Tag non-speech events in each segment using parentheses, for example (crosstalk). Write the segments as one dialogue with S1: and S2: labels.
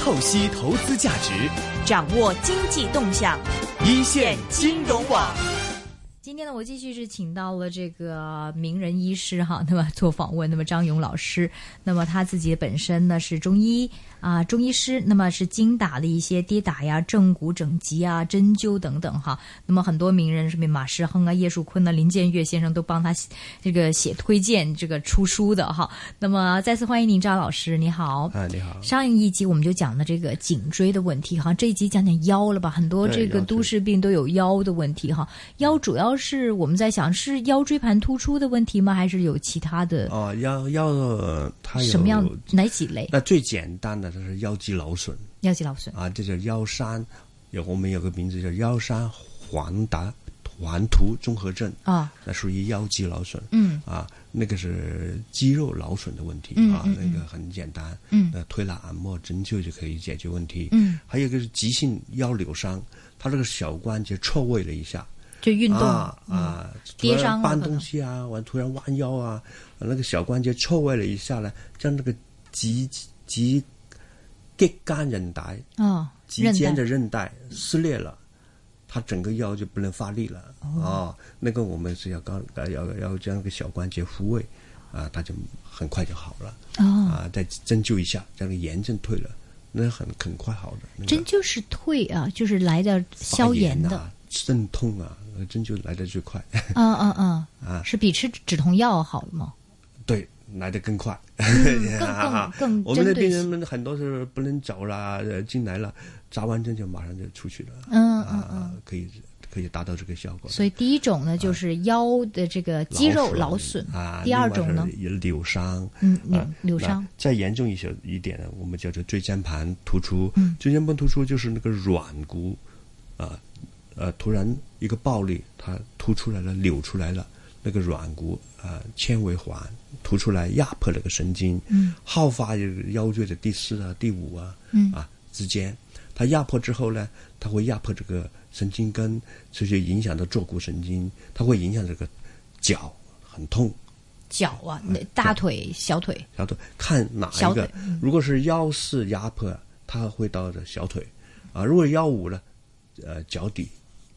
S1: 透析投资价值，
S2: 掌握经济动向，
S1: 一线金融网。
S2: 今天呢，我继续是请到了这个名人医师哈，那么做访问，那么张勇老师，那么他自己本身呢是中医啊、中医师，那么是精打了一些跌打呀、正骨整脊啊、针灸等等哈，那么很多名人什么马世亨啊、叶树坤啊、林建岳先生都帮他写这个写推荐这个出书的哈，那么再次欢迎您张老师，你好。
S3: 哎，你好，
S2: 上一集我们就讲了这个颈椎的问题哈，这一集讲讲腰了吧？很多这
S3: 对
S2: 个
S3: 腰椎
S2: 都市病都有腰的问题哈。腰主要是我们在想是腰椎盘突出的问题吗？还是有其他的
S3: (laughs) 哦，腰腰呃它有
S2: 什么样哪几类
S3: 那最简单的就是腰肌劳损
S2: 腰肌劳损？
S3: 啊，这叫腰伤，有我们有个名字叫腰伤环达环突综合症，
S2: 啊，
S3: 那属于腰肌劳损。
S2: 嗯
S3: 啊，那个是肌肉劳损的问题
S2: 嗯
S3: 啊，
S2: 嗯
S3: 那个很简单，
S2: 嗯
S3: 那推拿、按摩、针灸就可以解决问题。
S2: 嗯，
S3: 还有一个是急性腰扭伤，它这个小关节错位了一下，
S2: 就运动嗯
S3: 啊啊，突
S2: 跌
S3: 然
S2: 伤了
S3: 搬
S2: 可能
S3: 东西啊，完突然弯腰啊，那个小关节错位了一下呢，将那个脊脊椎间韧带、
S2: 啊，
S3: 脊
S2: 韧
S3: 间
S2: 带
S3: 的韧带撕裂了。它整个腰就不能发力了啊、
S2: 哦
S3: 那个我们是要刚呃要要将那个小关节复位，啊，它就很快就好了
S2: 啊，
S3: 啊。再针灸一下，将那个炎症退了，那很很快好的。那个
S2: 针灸是退啊，就是来点
S3: 发
S2: 消炎的，
S3: 啊、镇痛啊，那针灸来的最快。 (laughs)
S2: 啊啊啊
S3: 啊，
S2: 是比吃止痛药好吗？
S3: 对，来得更快，
S2: 更更
S3: 啊我们的
S2: 针对
S3: 病人们很多是不能走啦，呃进来了，扎完针就马上就出去了，
S2: 嗯嗯嗯。
S3: 啊，可以可以达到这个效果的。
S2: 所以第一种呢，就是腰的这个肌肉劳损
S3: 啊损；啊，
S2: 第二种呢，
S3: 另外是扭伤，
S2: 嗯，扭
S3: 啊
S2: 扭伤
S3: 那，再严重一些一点呢，我们叫做椎间盘突出。
S2: 嗯
S3: 椎间盘突出就是那个软骨啊呃，突然一个暴力，它突出来了，扭出来了，那个软骨啊、呃纤维环突出来，压迫了个神经，
S2: 嗯，
S3: 好发于腰椎的第四啊、第五啊，
S2: 嗯
S3: 啊之间，它压迫之后呢，它会压迫这个神经根，所以就影响到坐骨神经，它会影响这个脚，很痛。
S2: 脚啊，那大腿、小腿，
S3: 小腿，看哪
S2: 小
S3: 一
S2: 腿
S3: 个。如果是腰四压迫，它会到的小腿啊；如果腰五呢，呃，脚底、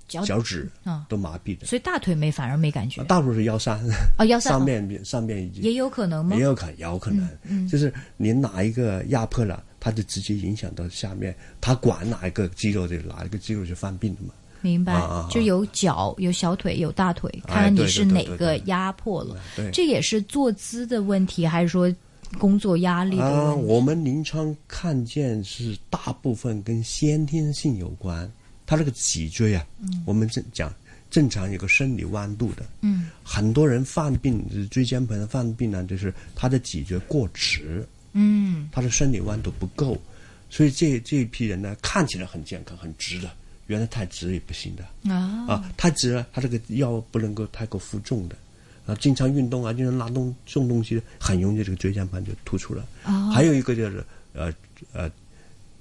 S2: 脚
S3: 脚趾
S2: 啊
S3: 都麻痹的。
S2: 所以大腿没反而没感觉
S3: 啊大部分是腰 (laughs) 三，
S2: 哦腰三
S3: 上面上面已经
S2: 也有可能吗嗯
S3: 也？有可能，也有可能，就是你哪一个压迫了，它就直接影响到下面，它管哪一个肌肉的，哪一个肌肉就犯病了嘛。
S2: 明白
S3: 啊啊啊，
S2: 就有脚、有小腿、有大腿，
S3: 哎
S2: 看看你
S3: 对
S2: 是
S3: 对
S2: 哪
S3: 对对
S2: 个
S3: 对哎
S2: 压迫了。
S3: 对，
S2: 这也是坐姿的问题，还是说工作压力的
S3: 啊，
S2: 问题？
S3: 我们临床看见是大部分跟先天性有关，它这个脊椎啊，我们正讲正常有个生理弯度的，
S2: 嗯，
S3: 很多人犯病，就是椎间盘的犯病呢，就是他的脊椎过直，
S2: 嗯，
S3: 他的生理弯度不够，所以这这一批人呢，看起来很健康、很直的，原来太直也不行的，
S2: 啊，
S3: 啊，太直了，他这个腰不能够太过负重的，啊，经常运动啊，经常拉动重东西，很容易这个椎间盘就突出了。
S2: 哦
S3: 还有一个就是呃呃，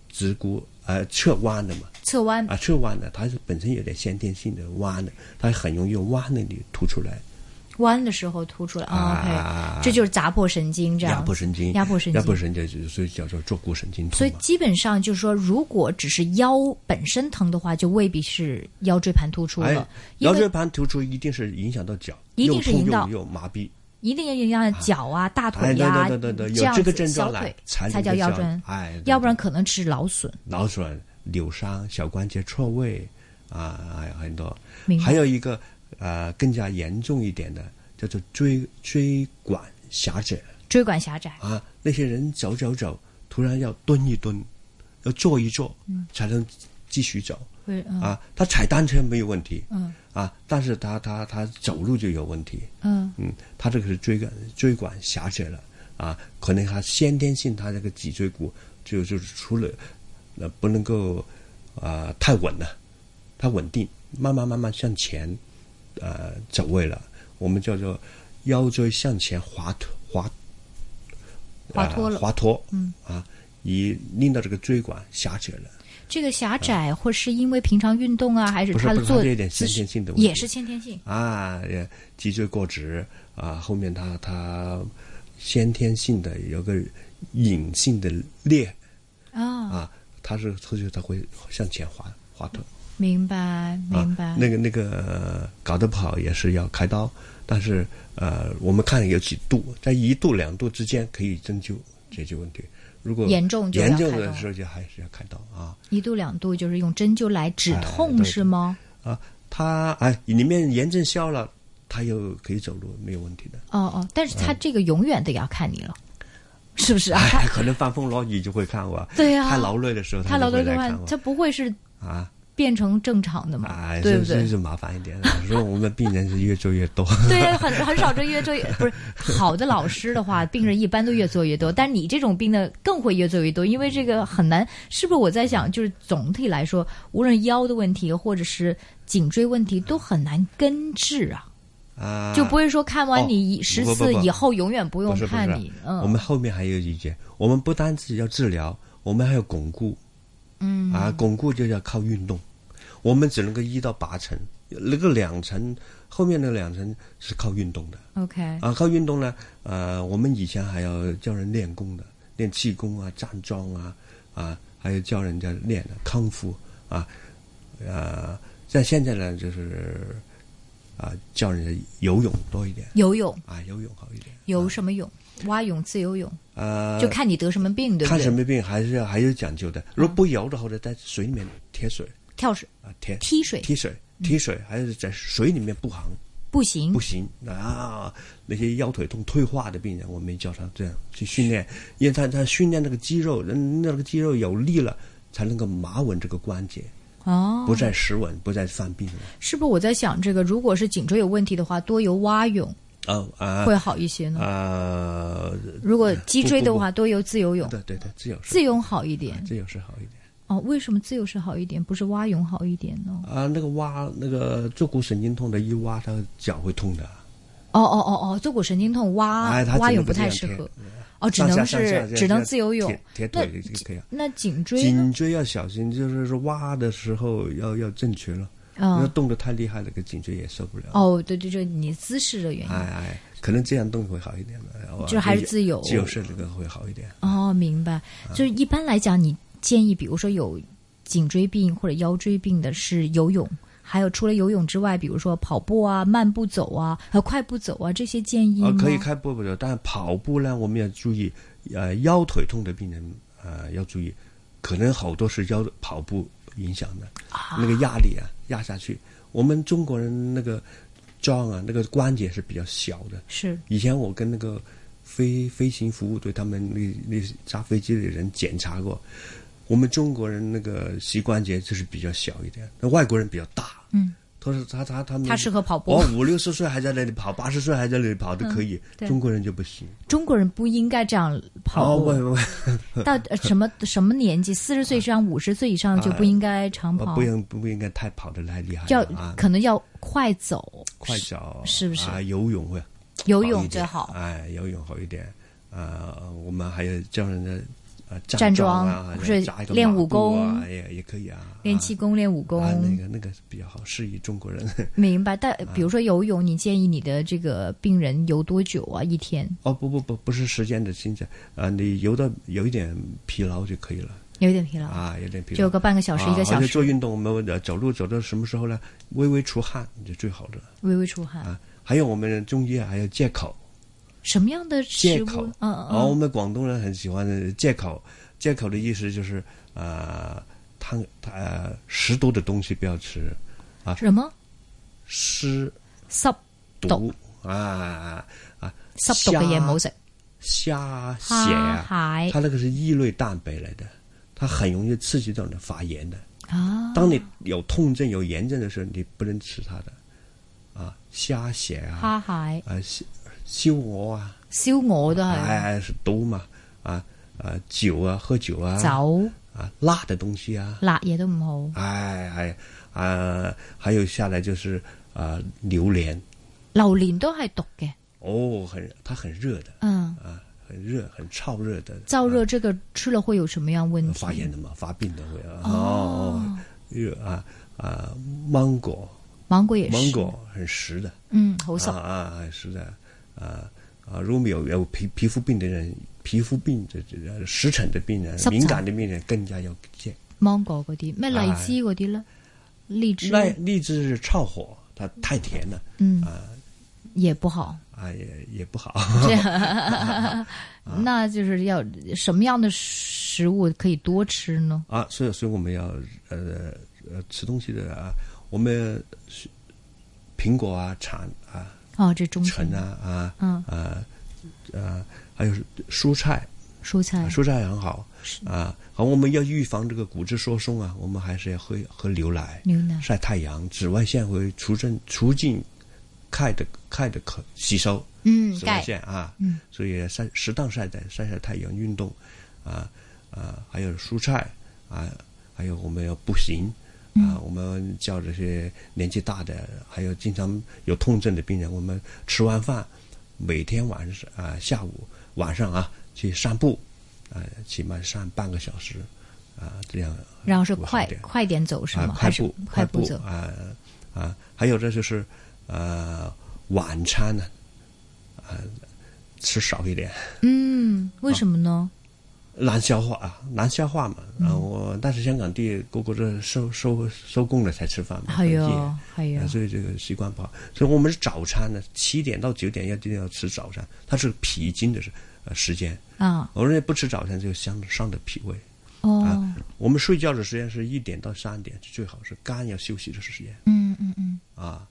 S3: 直骨呃侧弯的嘛，
S2: 侧弯
S3: 啊侧弯的，它是本身有点先天性的弯的，它很容易弯那里突出来，
S2: 弯的时候凸出来啊
S3: 啊
S2: ，OK，这就是砸破神经这样。
S3: 压迫神经，
S2: 压迫神经
S3: 压迫神经就是，所以叫做坐骨神经
S2: 所
S3: 痛
S2: 以
S3: 嘛。
S2: 基本上就是说，如果只是腰本身疼的话，就未必是腰椎盘突出
S3: 哎
S2: 了，，因
S3: 腰椎
S2: 为
S3: 盘突出一定是影响到脚，
S2: 一定是
S3: 又
S2: 引
S3: 痛
S2: 导
S3: 又又麻痹。
S2: 一定要影响脚啊、大
S3: 哎，
S2: 腿
S3: 对
S2: 呀、
S3: 对对对对，有
S2: 这样
S3: 这个
S2: 子
S3: 症状
S2: 小
S3: 来
S2: 腿，才
S3: 才
S2: 叫
S3: 能
S2: 腰
S3: 叫
S2: 椎，
S3: 哎，对
S2: 要不然
S3: 对
S2: 可能是劳损。
S3: 劳损、扭伤、小关节错位啊，还有很多
S2: 明。白
S3: 还有一个呃更加严重一点的，叫做椎椎管狭窄
S2: 椎管狭窄，
S3: 啊，那些人走走走，突然要蹲一蹲，要坐一坐，
S2: 嗯
S3: 才能继续走。
S2: 会嗯
S3: 啊，他踩单车没有问题，
S2: 嗯
S3: 啊，但是他他他走路就有问题，
S2: 嗯
S3: 嗯，他这个是椎管椎管狭窄了啊，可能他先天性他这个脊椎骨就就是除了呃不能够啊、呃太稳了，它稳定，慢慢慢慢向前呃走位了，我们叫做腰椎向前滑脱滑
S2: 滑脱了
S3: 呃滑脱，嗯啊，以令到这个椎管狭窄了。
S2: 这个狭窄或是因为平常运动啊，还是
S3: 不是
S2: 他
S3: 不
S2: 的
S3: 是
S2: 坐
S3: 它这一点
S2: 姿
S3: 先
S2: 势
S3: 天性的问题
S2: 也是先天性。
S3: 啊，也脊椎过直啊，后面它它先天性的有个隐性的裂
S2: 啊，
S3: 啊，它是出去它会向前滑滑头。
S2: 明白明白。
S3: 啊、那个那个、呃搞得不好也是要开刀，但是呃，我们看有几度，在一度两度之间可以针灸解决问题。如果
S2: 严重就要
S3: 严重
S2: 开刀
S3: 的时候就还是要开刀啊
S2: 一度两度就是用针灸来止
S3: 哎
S2: 痛
S3: 对
S2: 是吗？
S3: 啊，它哎里面炎症消了，它又可以走路，没有问题的。
S2: 哦哦，但是他这个永远都要看你了，是不是啊？
S3: 哎，可能翻风落雨就会看我。
S2: 对啊
S3: 他劳累的时候，
S2: 他老
S3: 就
S2: 多
S3: 会
S2: 的
S3: 来
S2: 话
S3: 看，我
S2: 他不会是
S3: 啊
S2: 变成正常的嘛
S3: 啊，，
S2: 对
S3: 这
S2: 不
S3: 这
S2: 对？
S3: 是麻烦一点。所以我们病人是越做越多。
S2: (laughs) 对呀，很很少这越做越不是好的老师的话，病人一般都越做越多，但你这种病呢更会越做越多，因为这个很难。是不是我在想，就是总体来说，无论腰的问题或者是颈椎问题都很难根治啊，
S3: 啊，
S2: 就不会说看完
S3: 哦
S2: 你十
S3: 不不
S2: 次
S3: 不
S2: 以后永远不用
S3: 不是不
S2: 看
S3: 是
S2: 你，，嗯，
S3: 我们后面还有一节，我们不单只要治疗，我们还要巩固。嗯啊，巩固就要靠运动，我们只能够一到八成，那个两层后面那两层是靠运动的
S2: OK
S3: 啊，靠运动呢，呃，我们以前还要教人练功的，练气功啊、站桩啊啊，还有教人家练的康复啊，呃，在现在呢就是啊，教人家游泳多一点
S2: 游泳
S3: 啊，游泳好一点，
S2: 游什么泳？蛙泳、自由泳，
S3: 呃，
S2: 就看你得什么病，对不
S3: 看什
S2: 对？
S3: 么病还是要还有讲究的。如果不游的话呢，在水里面贴水
S2: 跳水、
S3: 啊，贴
S2: 踢水
S3: 踢水
S2: 嗯
S3: 踢水，还是在水里面不行
S2: 不行
S3: 不，行啊！那些腰腿痛退化的病人，我们叫他这样去训练，因为他他训练那个肌肉，那那个肌肉有力了，才能够麻稳这个关节，
S2: 哦，
S3: 不再失稳，不再犯病了。
S2: 是不是我在想这个？如果是颈椎有问题的话，多游蛙泳
S3: 啊啊
S2: 哦会好一些呢？
S3: 啊！
S2: 如果脊椎的
S3: 不不
S2: 话，多游自由泳，
S3: 对对对，自由是
S2: 自由泳好一点。
S3: 自由是好一点。
S2: 哦，为什么自由是好一点，不是蛙泳好一点呢？
S3: 啊，那个挖那个坐骨神经痛的，一挖他脚会痛的。
S2: 哦哦哦哦，坐骨神经痛，蛙、
S3: 啊哎它
S2: 蛙
S3: 只能
S2: 泳
S3: 够
S2: 不
S3: 这
S2: 太
S3: 样
S2: 适
S3: 贴
S2: 合。哦，只能
S3: 上下上下
S2: 是
S3: 这样
S2: 只能
S3: 这样
S2: 自由泳
S3: 贴。贴
S2: 那
S3: 腿就可以了。
S2: 那颈椎呢？
S3: 颈椎要小心，就是说挖的时候要要正确了，要
S2: 嗯，
S3: 动得太厉害了，个颈椎也受不了。
S2: 哦，对对对，你姿势的原
S3: 哎
S2: 因。
S3: 哎，可能这样动会好一点吧。我
S2: 就还是自由
S3: 自由式那个会好一点。
S2: 哦，明白。就是一般来讲，你建议，比如说有颈椎病或者腰椎病的是游泳，还有除了游泳之外，比如说跑步啊、慢步走啊、呃快步走啊这些建议
S3: 啊，
S2: 吗？
S3: 可以开步步走，但跑步呢，我们要注意，呃，腰腿痛的病人呃要注意，可能好多是腰跑步影响的，那个压力啊压下去。我们中国人那个壮啊，那个关节是比较小的，
S2: 是
S3: 以前我跟那个飞飞行服务队他们那那扎飞机的人检查过，我们中国人那个膝关节就是比较小一点，那外国人比较大。
S2: 嗯，
S3: 他说他他他们
S2: 他适合跑步
S3: 哦，五六十岁还在那里跑，八十岁还在那里跑都可以，
S2: 嗯对
S3: 中国人就不行。
S2: 中国人不应该这样跑
S3: 哦，
S2: 步。
S3: 不不
S2: 到呃什么什么年纪，四十岁以上、五十岁以上就不应该长
S3: 哎呃不，
S2: 跑，
S3: 不应不应该太跑得太厉害
S2: 哦要
S3: 了啊，
S2: 可能要快走，
S3: 快走
S2: 是不是
S3: 啊？游泳会
S2: 游
S3: 好一
S2: 泳
S3: 点
S2: 最好。
S3: 哎，游泳好一点。呃，我们还有教人家呃
S2: 站
S3: 桩
S2: 桩
S3: 啊，
S2: 不是
S3: 扎一个
S2: 练
S3: 马
S2: 武
S3: 步啊
S2: 功
S3: 也也可以啊，
S2: 练
S3: 啊
S2: 气功、练武功，
S3: 啊，那个那个是比较好，适宜中国人。 (laughs)
S2: 明白。
S3: 嗯
S2: 但比如说游泳，你建议你的这个病人游多久啊？一天？
S3: 哦，不不不，不是时间的限制，啊，你游到有一点疲劳就可以了
S2: 有点疲劳，
S3: 啊，有点疲劳。
S2: 就有个半个小时、一个
S3: 啊
S2: 小
S3: 而且做
S2: 时，
S3: 运动，我们呃走路走到什么时候呢？微微出汗就最好了
S2: 微微出汗。
S3: 啊。还有我们中医啊还有忌口，
S2: 什么样的食
S3: 借
S2: 物
S3: 口？
S2: 嗯
S3: 然后我
S2: 嗯，
S3: 们广东人很喜欢的借口，借口的意思就是呃，汤呃湿毒的东西不要吃，哦
S2: 什么
S3: 湿
S2: 湿
S3: 毒
S2: 毒
S3: 啊啊，
S2: 湿毒嘅嘢唔好食，
S3: 虾血啊，
S2: 蝦蟹
S3: 它那个是异类蛋白来的，它很容易刺激到你的发炎的。
S2: 啊，
S3: 当你有痛症、有炎症的时候，你不能吃它的啊，虾血啊，
S2: 蝦蟹、
S3: 啊烧烧鹅啊，
S2: 燒鵝都
S3: 哎
S2: 係，
S3: 哎是毒嘛啊啊酒啊，喝酒啊，
S2: 酒
S3: 啊辣的东西啊，
S2: 辣嘢都唔好，
S3: 哎哎啊，还有下来就是啊榴莲
S2: 榴蓮都係毒嘅，
S3: 哦，很它很热的
S2: 嗯。
S3: 啊，很热很燥热的，
S2: 燥热这个吃了会有什么样问题？
S3: 嗯发炎的嘛，发病的会啊哦，热啊啊芒果
S2: 芒果也是，
S3: 芒果很实的。
S2: 嗯，好熟
S3: 啊啊，啊是的，啊啊，如果有有皮皮肤病的人，皮肤病的这个湿疹的病人
S2: 湿疹，
S3: 敏感的病人更加要戒
S2: 芒果嗰啲，咩荔枝嗰啲咧？荔枝
S3: 哎那荔枝是超火，它太甜了，
S2: 嗯也不好，
S3: 啊也也呃不好。啊
S2: 这
S3: (laughs)
S2: 样，那就是要什么样的食物可以多吃呢？
S3: 啊，所以所以我们要呃呃吃东西的啊，我们是苹果啊、橙啊、
S2: 哦，这中
S3: 橙
S2: 餐
S3: 啊啊
S2: 嗯，
S3: 啊啊，还有是蔬菜，
S2: 蔬菜
S3: 啊蔬菜很好啊。好，我们要预防这个骨质疏松啊，我们还是要喝喝牛奶、
S2: 牛奶
S3: 晒太阳，紫外线会促进促进钙的钙的可吸收，
S2: 嗯，
S3: 紫外
S2: 钙，
S3: 线啊，
S2: 嗯，
S3: 所以晒适当晒晒晒晒太阳，运动啊啊，还有蔬菜啊，还有我们要步行啊，我
S2: 嗯
S3: 们叫这些年纪大的，还有经常有痛症的病人，我们吃完饭每天晚上啊下午晚上啊去散步啊，起码上半个小时啊，这样
S2: 然后是
S3: 补充
S2: 快
S3: 点
S2: 快点走是
S3: 啊
S2: 吗？
S3: 快
S2: 还是
S3: 步
S2: 快
S3: 步
S2: 走？
S3: 啊啊，还有这就是呃晚餐呢啊吃少一点。
S2: 嗯，为什么呢？
S3: 难消化啊，难消化嘛。啊，
S2: 嗯
S3: 我但是香港地个个都收收收工了才吃饭嘛，
S2: 还有
S3: 很夜
S2: 还有
S3: 啊，所以这个习惯不好。所以我们是早餐呢，七点到九点要一定要吃早餐，它是脾经的时呃时间。
S2: 啊
S3: 我们不吃早餐就伤伤的脾胃。
S2: 哦，
S3: 我们睡觉的时间是一点到三点，最好是肝要休息的时间
S2: 嗯嗯嗯
S3: 啊。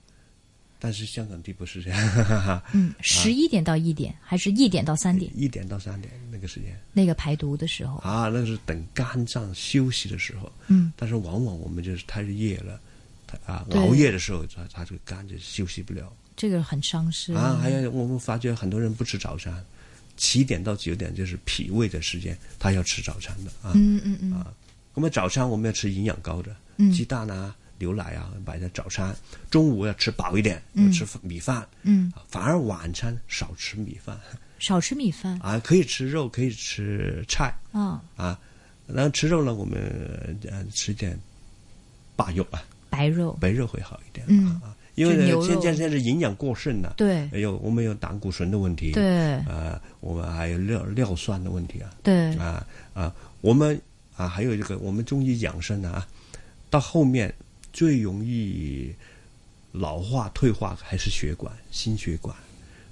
S3: 但是香港地不是这样，
S2: 嗯，十一点到一点还是一点到三点
S3: 啊一点到三点那个时间。
S2: 那个排毒的时候？
S3: 啊，那是等肝脏休息的时候。
S2: 嗯，
S3: 但是往往我们就是太夜了，太啊
S2: 对
S3: 熬夜的时候，它它这个肝就休息不了
S2: 这个很伤身
S3: 啊。还有我们发觉很多人不吃早餐，七点到九点就是脾胃的时间，他要吃早餐的啊。
S2: 嗯嗯嗯，
S3: 那么早餐我们要吃营养高的，
S2: 嗯
S3: 鸡蛋啊、牛奶啊摆在早餐。中午要吃饱一点，要吃米饭。
S2: 嗯
S3: 啊反而晚餐少吃米饭
S2: 少吃米饭
S3: 啊，可以吃肉，可以吃菜。
S2: 啊，
S3: 啊，然后吃肉呢，我们呃吃点把肉啊，
S2: 白肉
S3: 白肉会好一点。
S2: 嗯
S3: 啊，因为呢
S2: 就牛，肉
S3: 现在现在是营养过剩了，
S2: 对
S3: 还有我们有胆固醇的问题，，
S2: 对
S3: 呃，我们还有尿尿酸的问题啊，
S2: 对
S3: 啊啊，我们啊还有一个我们中医养生啊，到后面最容易老化退化还是血管心血管，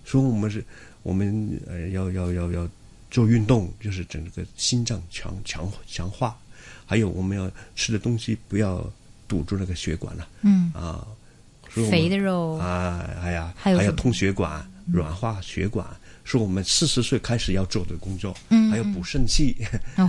S3: 所以我们是我们呃要要要要做运动，就是整个心脏强强强化，还有我们要吃的东西不要堵住那个血管了
S2: 嗯，
S3: 啊，所以我们
S2: 肥的肉
S3: 啊，哎呀，
S2: 哦还有什么
S3: 通血管、软化血管，是我们四十岁开始要做的工作。
S2: 嗯
S3: 还有补肾气
S2: 哦，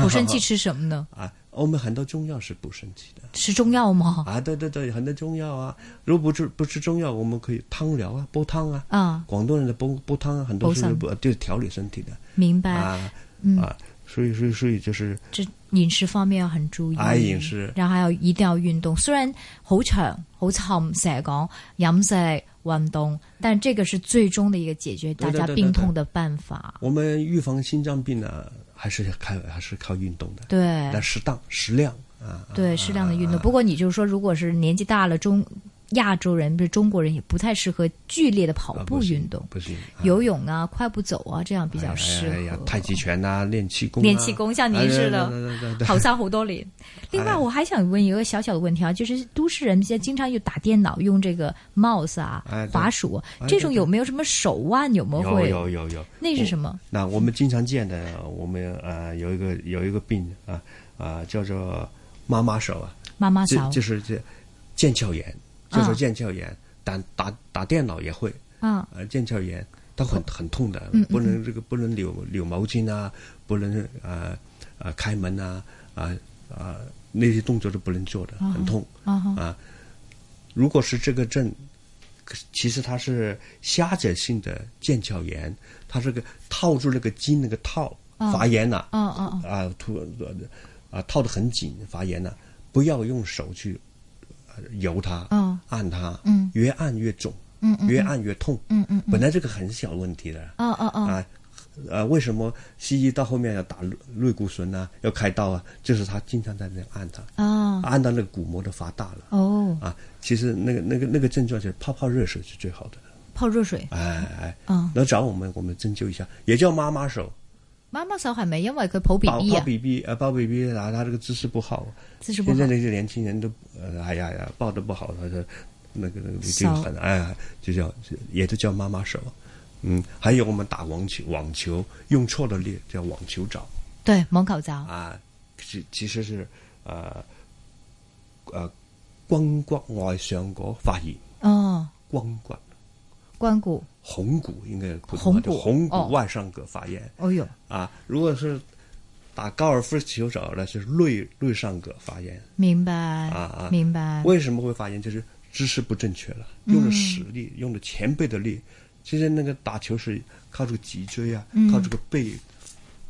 S2: 补肾气吃什么呢？
S3: (laughs) 啊，我们很多中药是补肾气的
S2: 吃中药吗？
S3: 啊，对对对，很多中药啊，如果不吃不吃中药，我们可以汤疗啊，煲汤啊。
S2: 啊，
S3: 广东人的煲煲汤啊，很多是
S2: 煲哎嗯散
S3: 不就是调理身体的
S2: 明白。
S3: 啊啊，所以所以所以就是
S2: 这饮食方面要很注意，
S3: 啊飲食
S2: 然後還有一定要運動。雖然好長好沉，成日講飲食運動，但這個是最終的一個解決大
S3: 對對
S2: 家
S3: 對
S2: 病痛的辦法。
S3: 我们预防心脏病呢，还是靠还是靠运动的，
S2: 對
S3: 但适当适量啊。啊
S2: 對，适量的運動。不過你就是說，如果是年紀大了，中亞洲人，不是中國人，也不太適合劇烈的跑
S3: 啊
S2: 步
S3: 不行
S2: 運動，
S3: 不行，啊
S2: 游泳啊、快步走啊，這樣比較適合。
S3: 哎呀，太极拳呐、练气功啊、
S2: 练气功像您似的
S3: 哎对对对 (laughs) 哎对对
S2: 好像好多年。另外，我还想问一个小小的问题啊，就是都市人现在经常又打电脑，用这个 mouse 啊
S3: 哎、对
S2: 滑鼠啊
S3: 哎，
S2: 这种有没有什么手腕有没
S3: 有
S2: 会？
S3: 有有有。
S2: 那是什么？
S3: 那我们经常见的，我们呃有一个有一个病啊啊、叫做妈妈手啊，
S2: 妈妈
S3: 这
S2: 勺
S3: 就是这腱鞘炎，叫
S2: 啊
S3: 做腱鞘炎，打打打电脑也会，
S2: 啊，
S3: 呃腱鞘炎，它很很痛的
S2: 嗯嗯，
S3: 不能这个不能扭扭毛巾啊，不能呃呃开门啊啊啊那些动作都不能做的，很痛。
S2: 啊哈
S3: 啊，如果是这个症，可是其实它是狭窄性的腱鞘炎，它这个套住那个筋那个套
S2: 哦
S3: 发炎了
S2: 啊啊啊！
S3: 啊，突呃啊套得很紧发炎了，不要用手去呃揉它，
S2: 哦
S3: 按它，
S2: 嗯
S3: 越按越肿，
S2: 嗯嗯
S3: 越按越痛，
S2: 嗯嗯
S3: 本来这个很小问题的，
S2: 啊啊啊！
S3: 啊，呃，为什么西医到后面要打类类固醇啊，要开刀啊？就是他经常在那按它，
S2: 啊
S3: 按到那个骨膜都发大了。
S2: 哦，
S3: 啊，其实那个那个那个症状就是泡泡热水是最好的。
S2: 泡热水
S3: 哎哎，
S2: 啊
S3: 能找我们我们针灸一下，也叫妈妈手
S2: 媽媽手係咪因為佢抱 B
S3: 抱
S2: B
S3: 抱
S2: 啊？
S3: B B 呃抱 B B，拿他这个姿势不好，
S2: 姿势不
S3: 现在
S2: 好，
S3: 那些年轻人都呃哎呀呀抱的不好，他说那个那个就
S2: 手
S3: 很哎呀，就叫也都叫妈妈手。嗯，还有我们打网球，网球用错了力叫网球肘
S2: 對網球肘，
S3: 啊，其其实是呃呃髋骨外上嗰發炎，
S2: 哦，
S3: 髋骨
S2: 關顧，
S3: 紅骨應該係普通話叫
S2: 紅
S3: 紅
S2: 骨哦
S3: 骨外上髁發炎。
S2: 哎呦，
S3: 啊，如果是打高尔夫球手呢，就是内内上髁发炎。
S2: 明白，
S3: 啊
S2: 明白，
S3: 为什么会发炎？就是姿势不正确了，
S2: 嗯
S3: 用了实力，用了前辈的力。其实那个打球是靠这个脊椎啊，靠这个背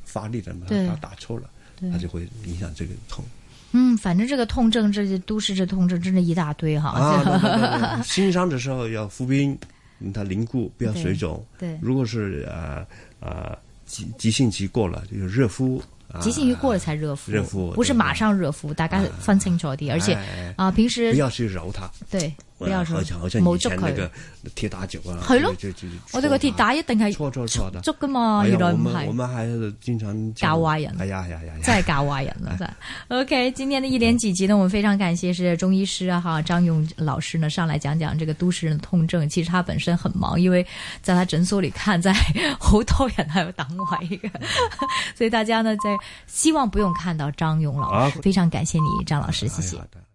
S3: 发力的嘛，
S2: 嗯对
S3: 他打错了，
S2: 对
S3: 他就会影响这个痛
S2: 嗯，反正这个痛症，这些都市这痛症真的一大堆哈，
S3: 啊。对对对对新伤的时候要敷冰，嗯它凝固，不要水肿。
S2: 对，
S3: 如果是呃呃急急性期过了，就是热敷。啊
S2: (laughs) 急性期过了才热敷，
S3: 热敷
S2: 不是
S3: 对啊
S2: 马上热敷，大家分清楚啲，而且
S3: 哎
S2: 啊，平
S3: 不
S2: 時
S3: 要去揉它。
S2: 對不要
S3: 好
S2: 說
S3: 像好像
S2: 冇
S3: 以
S2: 捉
S3: 前那
S2: 佢
S3: 個，鐵打酒啊，
S2: 係咯
S3: 就就就
S2: 我哋個鐵打一定係
S3: 搓搓搓的。
S2: 捉噶嘛，
S3: 哎呀
S2: 原來
S3: 我
S2: 唔
S3: 們我
S2: 係。
S3: 們還經常叫
S2: 教壞人
S3: 哎呀哎呀哎呀 (laughs) 哎呀！
S2: 真系教坏人啦，真系。OK，今天的一连几集呢，我们非常感谢是中医师啊哈张勇老师呢上来讲讲这个都市人的痛症。其实他本身很忙，因为在他诊所里看，在 (laughs) 好多人 (laughs) 喺度等位嘅，所以大家呢在希望不用看到张勇老
S3: 啊
S2: 师。(laughs) 非常感谢你，张老师，谢谢。
S3: 哎呀好的